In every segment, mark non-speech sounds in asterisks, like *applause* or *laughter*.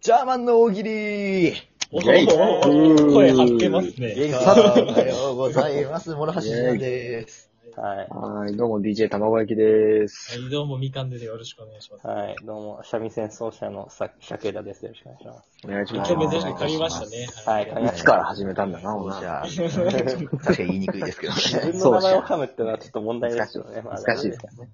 ジャーマンの大喜利おイェイー声張ってますね。さん、おはようございます。諸橋ジ也です。はい。はい、どうも DJ 卵焼きでーはす。い、どうもみかんです。よろしくお願いします。はい。どうも、三味線奏者のさ鮭田です。よろしくお願いしまお願いしま一す。応珍しく借りましたね。す。はい。噛みいまつしかたら始めたんだな、おじな。ゃあ、確かに言いにくいですけどね。自分の名前を噛むってのはちょっと問題ですよね。難しいですからね。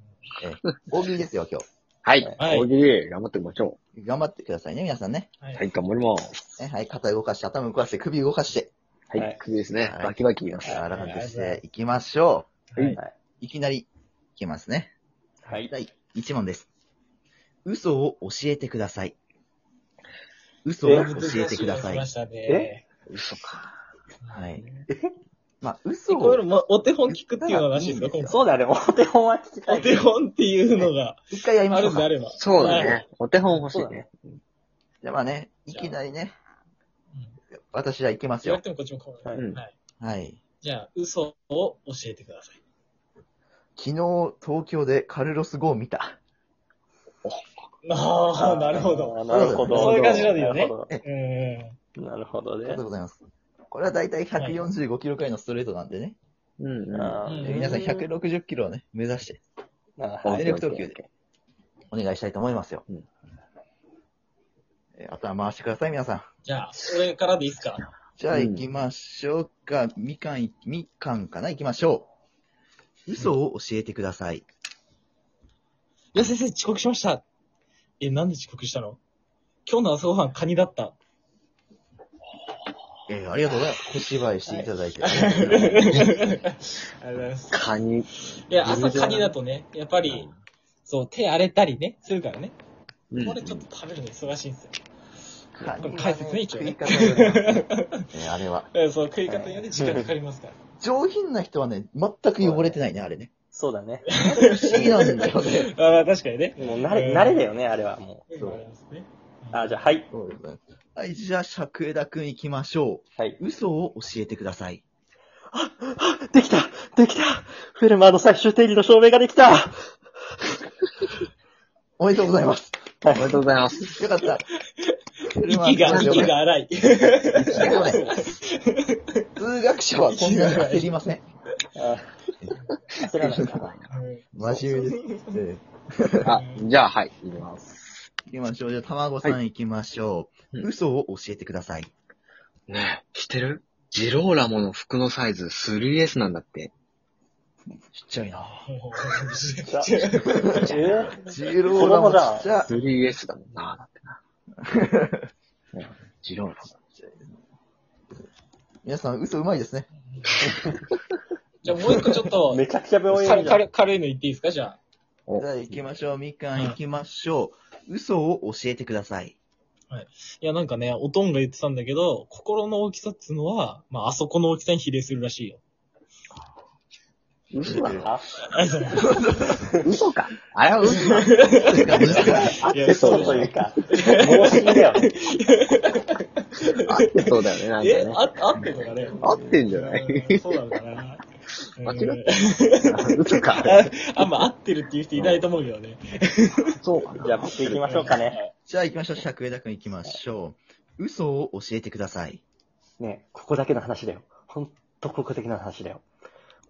大喜利ですよ、今はい。はい大喜利、頑張っていきましょ日。頑張ってくださいね、皆さんね。はう。いはい、頑張ります。ねはい、肩動かして、頭動かして、首動かして、ははいい、首ですねは。いバキバキ言います。柔らかくしていきましょまだねう。いきなり、いきますね。はい。はい。第1問です。嘘を教えてください。嘘を教えてください来ま。したね。嘘か。はい。まあ、嘘えこういうをの、もお手本聞くっていうのはなしですか今そうだね。お手本は聞きた回。い。お手本っていうのが一回やりまあしょるうんであか。れば。そうだはい。ね。お手本欲しいね。じゃあまあね、いきなりね、私はいきます言われよ。てもこっちも構わなうい。んはい。はい。じゃあ、嘘を教えてください。昨日、東京でカルロス・ゴーン見た。ああ、なるほあど。ーなるほど。そういう感じなんだよねね。うん。なるほどありがねとう。ございます。これはだいたい145キロくらいのストレートなんでね。うんうん。あーうえ皆さん160キロをね、目指してあーオはッい。ケーオッケーオ全力投ッケー球でお願いしたいと思いますよ。うんえー頭回してください、皆さん。じゃあ、俺からでいいですかじゃあ行きましょうか。みかん、みかんかな行きましょう。嘘を教えてください。いや、先生、遅刻しました。え、なんで遅刻したの今日の朝ごはん、カニだった。えーありがとうございます。小芝居していただい *laughs* て。ありがとうございます。カニ。 *laughs* いや、朝カニだとね、やっぱり、そう、手荒れたりね、するからね。うんこれちょっと食べるの忙しいんですよ。カニはね解説ね一応食ねい方によりますね *laughs* えーあれは。え *laughs* そう、食い方によって時間かかりますから。上品な人はね、全く汚れてないね、あれね。そうだね。不思議なんだよ *laughs* ね。あまあ、確かにね。もう慣うれ、ん慣れだよね、あれはもう。そうですね。あー、じゃあ、はい。はい、じゃあ、尺枝くん行きましょはい。う。嘘を教えてください。できたできたフェルマーの最終定理の証明ができたはおめでとうございます。おめでとうございます。よかった。息が、息が荒い。でもね数学者はこんなに焦りま *laughs* せん。焦らないか。真面目です。ええあ、じゃあ、はい、いきます。行きましょう。じゃあ、卵さん行きましょう。うん嘘を教えてください。ねえ、知ってるジローラモの服のサイズ 3S なんだって。ちっちゃいなえジローラもちっちゃ 3S だもんな、だって *laughs* な。ねえジローラモ。皆さん、嘘うまいですね。じゃあ、もう一個ちょっと、めちゃくちゃ病院軽じゃん。軽軽いの言っていいですかじゃあ。おじゃあ、行きましょう。みかん行きましょう。嘘を教えてください。いや、なんかね、おとんが言ってたんだけど、心の大きさっつうのは、まあ、あそこの大きさに比例するらしい *laughs* よ。嘘だろ。ああそう嘘か。あれは嘘だ。あっいやてそうというか、申し訳だよ。合ってそうだよね、なんえ、かね。あ、あってんのかね合ってんじゃないうんそうなのかな。間違っうん嘘か。あんま合ってるっていう人いないと思うけどね。そうかな。じゃあ、僕行きましょうかね。じゃあ行きましょう。尺枝くん行きましょう。嘘を教えてください。ねえここだけの話だよ。ほんとここだけの話だよ。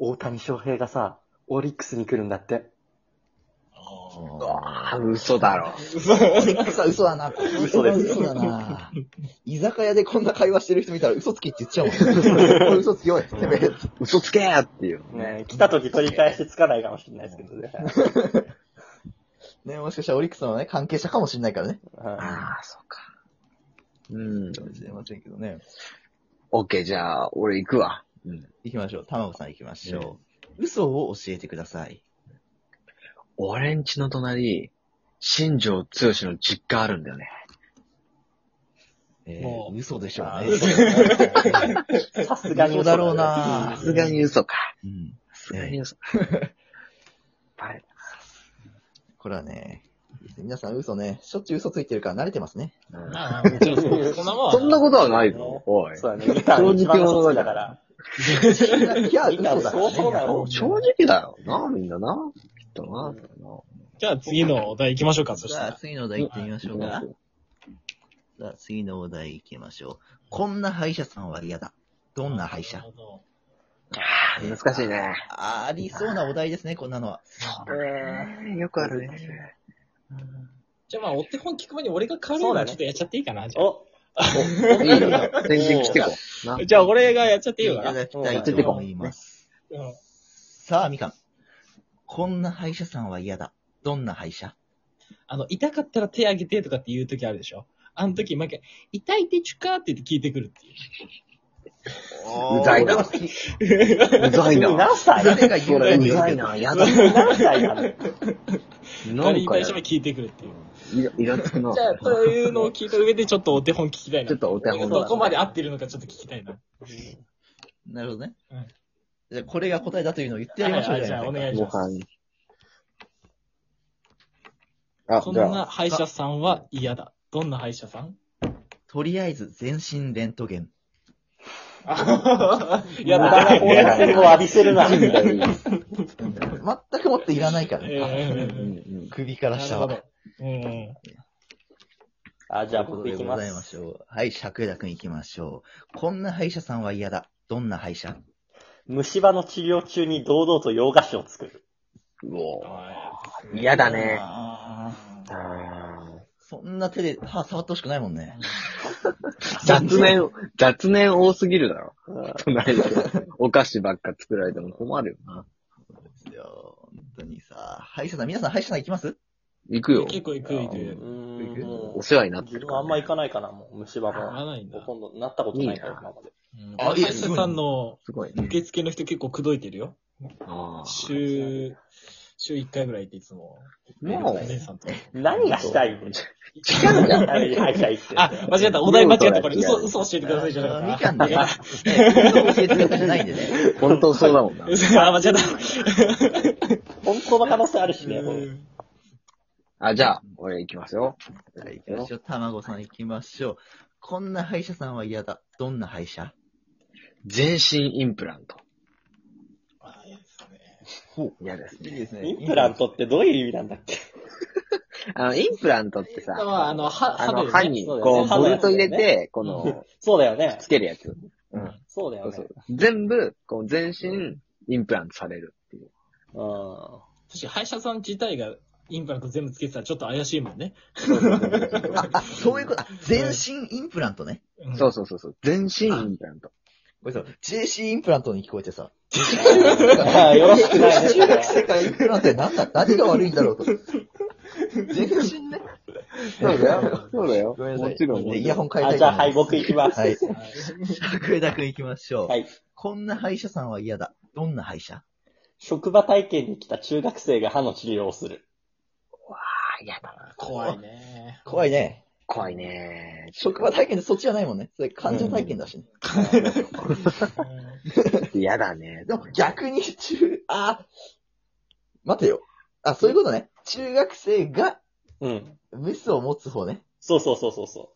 大谷翔平がさ、オリックスに来るんだって。ああ、嘘だろ。嘘、嘘だな。嘘です嘘だな。居酒屋でこんな会話してる人見たら嘘つきって言っちゃう *laughs* もん。これ嘘つきよい。てめえ嘘つけーっていう。ねえ来た時取り返してつかないかもしれないですけどね。ね、もしかしたらオリックスのね、関係者かもしれないからね。はああ、そうか。うん。かもしれませんけどね。オッケー、じゃあ、俺行くわ。うん。行きましょう。卵さん行きましょう。嘘を教えてください。俺んちの隣、新庄剛志の実家あるんだよね。えもー、う嘘でしょうあね。いさすがに嘘だろうなさすがに嘘か。うん。さすがに嘘。バレこれはね、皆さん嘘ね、しょっちゅう嘘ついてるから慣れてますね。た。うんまあまあ、もちろんそうそんなもんは。そんなことはないぞ。おい。そうだね。みかん一番の好きだから。いや、嘘みかんだからそうね。そうなの。正直だよ。なみんなな。きっとな。じゃあ次のお題行きましょうか、そしじたゃあら。次の題行ってみましょうか。さあ、次のお題行きましょう。こんな歯医者さんは嫌だ。どんな歯医者なるほどあー難しいね。あありそうなお題ですね、こんなのは。えー、よくあるね。じゃあまあ、お手本聞く前に俺が代わるのそうだはねちょっとやっちゃっていいかな。じゃあおいいよ、全然来てこ。なじゃあ俺がやっちゃっていいいよたな。だきたいと思います。うんさあ、みかん。こんな歯医者さんは嫌だ。どんな歯医者あの、痛かったら手あげてとかって言う時あるでしょ。あの時、毎回、痛いでちゅかって言って聞いてくるっていう。うざいな俺は好きうざいな。何歳誰が言うかそれ、ようりざいな。やだ。何歳なの誰なんにか対しやても聞いてくるっていう。イラ、イラつくな。じゃあ、そういうのを聞いた上で、ちょっとお手本聞きたいな。ちょっとお手本どこまで合ってるのかちょっと聞きたいな。なるほどねうん。じゃあ、これが答えだというのを言ってやりましょうはいはいじゃあじゃあお願いご飯。あ、こんじゃなあ、歯医者さんは嫌だ。どんな歯医者さんとりあえず、全身レントゲン。嫌無駄だな放射線を浴びせるな。全くもっていらないからね。えうんーうん首からな下るほは。ど。うん。あ、じゃあ僕とい行うことできまございますし。ょう。はい、尺枝くん行きましょう。こんな歯医者さんは嫌だ。どんな歯医者虫歯の治療中に堂々と洋菓子を作る。うお嫌だね。ああーーそんな手で歯触ってほしくないもんね。雑念、雑念多すぎるだろ。うん隣で。お菓子ばっか作られても困るよな。いやー本当にさ、歯医者さん、皆さん歯医者さん行きます行くよ。結構行く行く。うんもお世話になうって自る分からはあんま行かないかな、もう虫歯ならも。ないんだほ。とんどなったことないから、今まで。うんあ歯い医や者さんのすごいね。受付の人結構口説いてるよ。あー週、週1回ぐらいっていつも。もうお姉さんと。何がした *laughs* いの違うじゃん。歯医者行って。あ、間違った。お題間違った。これ、嘘、嘘教えてくださいじゃなかあっのみかた。んで、ね、教えてくださいじゃないんでね。本当そうだも *laughs* んな。あ、間違った。本当の可能性あるしね。これあ、じゃあ、俺行きますよ。はい、行きましょう。卵さん行きましょう。こんな歯医者さんは嫌だ。どんな歯医者全身インプラント。あいいですね嫌ですね。ですインプラントってどういう意味なんだっけあの、インプラントってさ、まああの、歯、あ歯の、で歯ねに、そうだよこねう、ボルト入れ歯のやつだて、この、そうだよね。つけるやつ。そうだそようねそう。全部、こう、全身、インプラントされるっていう。うん。確かに歯医者さん自体がインプラント全部つけてたらちょっと怪しいもんね。あ、そういうこと、あ全身インプラントね。うんそうそうそうそう。全身インプラント。これさ、JC インプラントに聞こえてさ。ああよろしくないね。中学生からインプラントって何だ何が悪いんだろうと。 *laughs* 全身ね。そうだよ。そうだよ。ごめんなさもい。ちろん。もイちヤホろんン変えたあ、いじとゃ思あ、はい、います。僕行きます。はい。はい桜枝くん行きましょう。はい。こんな歯医者さんは嫌だ。どんな歯医者職場体験に来た中学生が歯の治療をする。あ、嫌だな。怖いね。怖 *laughs* いね。怖いね。職場体験でそっちじゃないもんね。それ患者体験だしね。嫌だね。でも逆に中、あ、待てよ。あ、そういうことね。中学生がうん。メスを持つ方ね。そうそうそうそうそ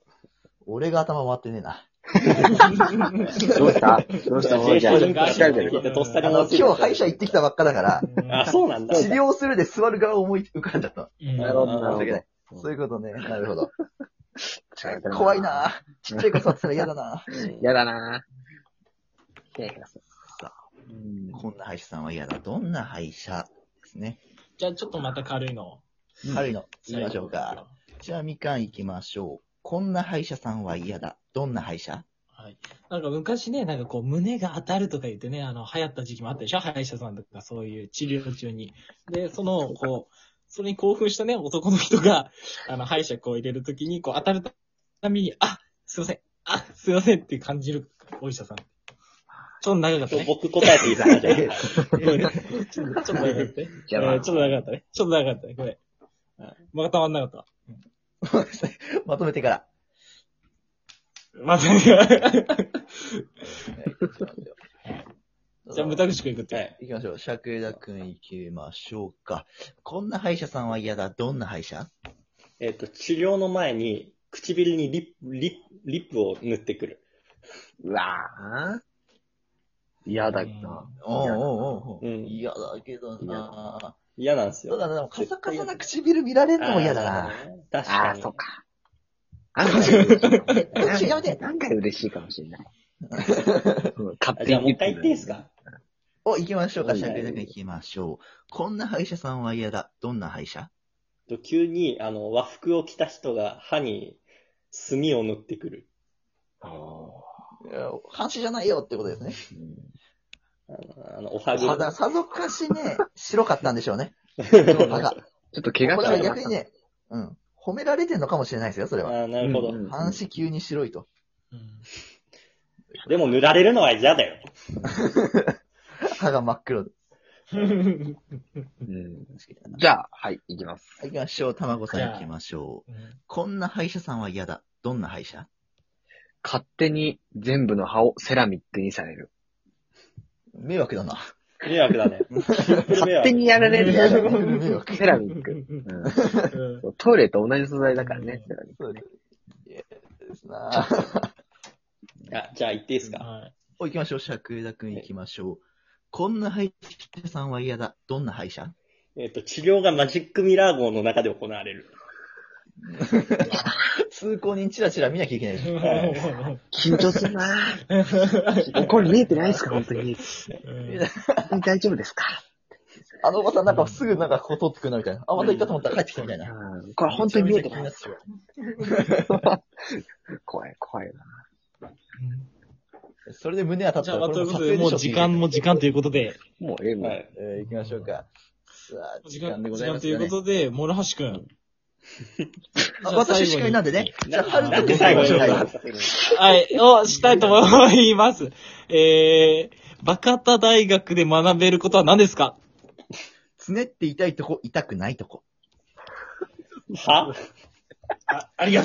俺が頭回ってねえ *laughs* な。どうしたどうしたもうじゃあ、ジェイソンが疲れジェてイソるン。う。とっさあにの、思いついた今日歯医者行ってきたばっかだ *laughs* から、あ、そうなんだ。治療するで座る側を思い浮かんじゃった。うんなるほど、な申し訳なるい。そういうことね。なるほど。ほど。怖い。 *laughs* なちっちゃい子座ってたら嫌だな嫌だな。嫌だなう *laughs* んこんな歯医者さんは嫌だ。どんな歯医者ですね。じゃあちょっとまた軽いの。軽いの、行きましょうか。。じゃあ、みかん行きましょう。こんな歯医者さんは嫌だ。どんな歯医者 *laughs* はい。なんか昔ね、なんかこう胸が当たるとか言ってね、あの、流行った時期もあったでしょ歯医者さんとかそういう治療中に。で、その、こう、それに興奮したね、男の人が、あの、歯医者こう入れるときに、こう当たるために、あ、すいません、あ、すいませんって感じるお医者さん。ちょっと長かった今日ね。僕答えていいですかじゃごあめんねちょっとちょっと長かったね。えやばーちょっと長かったね。ちょっと長かったね。これ。またまんなか *laughs* ったわ。まとめてから。また、じゃあ、無行駄口くん行くって。きましょう。尺枝くん行きましょうか。こんな歯医者さんは嫌だ。どんな歯医者えっと、治療の前に、唇にリップ、リップ、リップを塗ってくる。うわぁ。嫌だな。おうおうおうおううん嫌だけどな嫌なんですそうよ。だな、でもカサカサな唇見られるのも嫌だなあー。。そうだね確 *laughs* あかあ、にそ。うか。案外嬉しいかもしれないちょやめて案外嬉しいかもしれない。うん勝手にじゃあもう一回言っていいですかお、行きましょうか。はい喋りだけ行きましょう。こんな歯医者さんは嫌だ。どんな歯医者と急に、あの、和服を着た人が歯に墨を塗ってくる。あー歯じゃないよってことですね。あの、あのおはぐ。肌、さぞかし *laughs* ね、白かったんでしょうね。歯が。ちょっと怪こ我れしはた逆にね、うん。褒められてんのかもしれないですよ、それは。あーなるほど、うん半子急に白いと。 *laughs* うんでも塗られるのは嫌だよ。歯が真っ黒で。うんじゃあ、はい、いきます。行きましょう。卵さんじゃあ行きましょう。うんこんな歯医者さんは嫌だ。どんな歯医者勝手に全部の歯をセラミックに *laughs* される。迷惑だな。迷惑だね。シンプル迷勝手惑。にやられるやろ。迷惑。セラミック。うんそうトイレと同じ素材だからね、セラミック。そうですなぁ。あじゃあ言っていいですか、はいお、行きましょう。尺枝くん行きましょう。こんな歯医者さんは嫌だ。どんな歯医者えっ、と、治療がマジックミラー号の中で行われる。 *laughs* 通行人チラチラ見なきゃいけないでしょ。緊張する *laughs* なぁ。おこれ見えてないですか本当に。本当に大丈夫ですかあのおばさんなんかすぐなんかこう通ってくるなみたいな。あ、また行ったと思ったら帰ってきたみたいな。うんこれ本当に見えてないめでちすゃめちゃ気になっ怖い、怖いちな。ゃう *laughs* それで胸当たっじたゃあ、らまあことれいうもこ撮影とで、でしょもう時間も時間ということで、もうええもん。はい。えー行きましょうか。さあ、時時間間でご時ざいま間すといかうねこ。とで、諸橋くん。あ私司会なんでね。じゃあ、はるなとんくでん最最後後ににはいはい、をしたいと思います。えー、バカタ大学で学べることは何ですかつねって痛いとこ、痛くないとこ。はありがとう